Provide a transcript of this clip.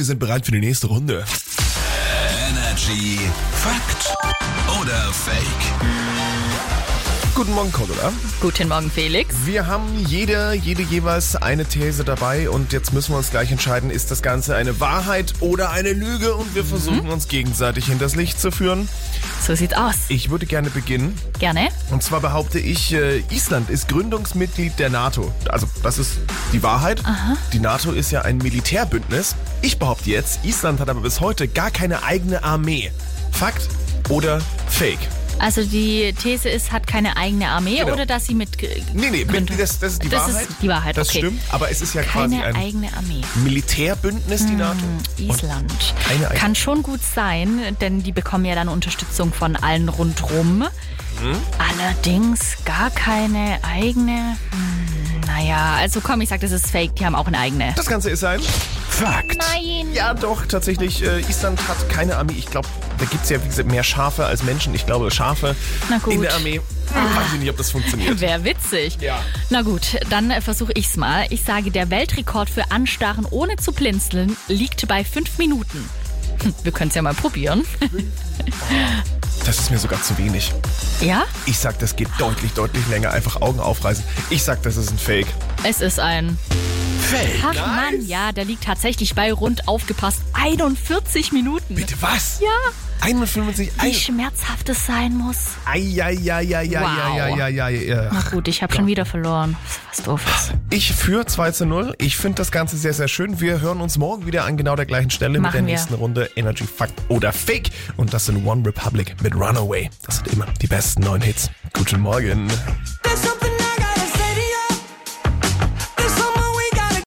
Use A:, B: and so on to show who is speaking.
A: sind bereit für die nächste Runde.
B: Energy Fakt oder Fake?
A: Guten Morgen, Cordula.
C: Guten Morgen, Felix.
A: Wir haben jeder, jede jeweils eine These dabei und jetzt müssen wir uns gleich entscheiden, ist das Ganze eine Wahrheit oder eine Lüge und wir versuchen uns gegenseitig hinters Licht zu führen.
C: So sieht's aus.
A: Ich würde gerne beginnen
C: Gerne.
A: und zwar behaupte ich, äh, Island ist Gründungsmitglied der NATO. Also das ist die Wahrheit. Die NATO ist ja ein Militärbündnis. Ich behaupte jetzt, Island hat aber bis heute gar keine eigene Armee. Fakt oder Fake?
C: Also die These ist, hat keine eigene Armee
A: Genau.
C: oder dass sie mit...
A: Nee, nee,
C: Gründung-
A: das, das ist die
C: das
A: Wahrheit.
C: Ist die Wahrheit.
A: Das
C: okay.
A: stimmt, aber es ist ja quasi
C: Keine
A: ein...
C: Mm, eigene Armee.
A: Militärbündnis, die NATO.
C: Island.
A: keine eigene-
C: Kann schon gut sein, denn die bekommen ja dann Unterstützung von allen rundrum.
A: Mhm.
C: Allerdings gar keine eigene... Hm, naja, also komm, ich sag, das ist fake. Die haben auch eine eigene.
A: Das Ganze ist ein.
B: Fakt.
C: Nein.
A: Ja, doch, tatsächlich. Äh, Island hat keine Armee. Ich glaube, da gibt es ja, wie gesagt, mehr Schafe als Menschen. Ich glaube, Schafe
C: Na gut. Ah.
A: in der Armee. Weiß ich nicht, ob das funktioniert.
C: Wäre witzig.
A: Ja.
C: Na gut, dann äh, versuche ich's mal. Ich sage, der Weltrekord für Anstarren ohne zu blinzeln liegt bei fünf Minuten. Hm, Wir können's ja mal probieren.
A: Das ist mir sogar zu wenig.
C: ja,
A: Ich sag, das geht deutlich, deutlich länger. Einfach Augen aufreißen. Ich sag, das ist ein Fake.
C: es ist ein.
B: Fake.
C: Ach Mann, ja, der liegt tatsächlich bei rund aufgepasst 41 Minuten.
A: Bitte was?
C: Ja,
A: 51?
C: wie
A: Ei,
C: schmerzhaft es sein muss.
A: ei, ei, ei, ei, ei,
C: Wow.
A: ei, ei, ei, ei.
C: Na gut, ich habe schon wieder verloren. Was doofes.
A: Ich führe 2 zu 0. Ich finde das Ganze sehr, sehr schön. Wir hören uns morgen wieder an genau der gleichen Stelle mit
C: Machen
A: der
C: wir.
A: nächsten Runde Energy Fact oder Fake. Und das sind One Republic mit Runaway. Das sind immer die besten neuen Hits. Guten Morgen.
D: There's something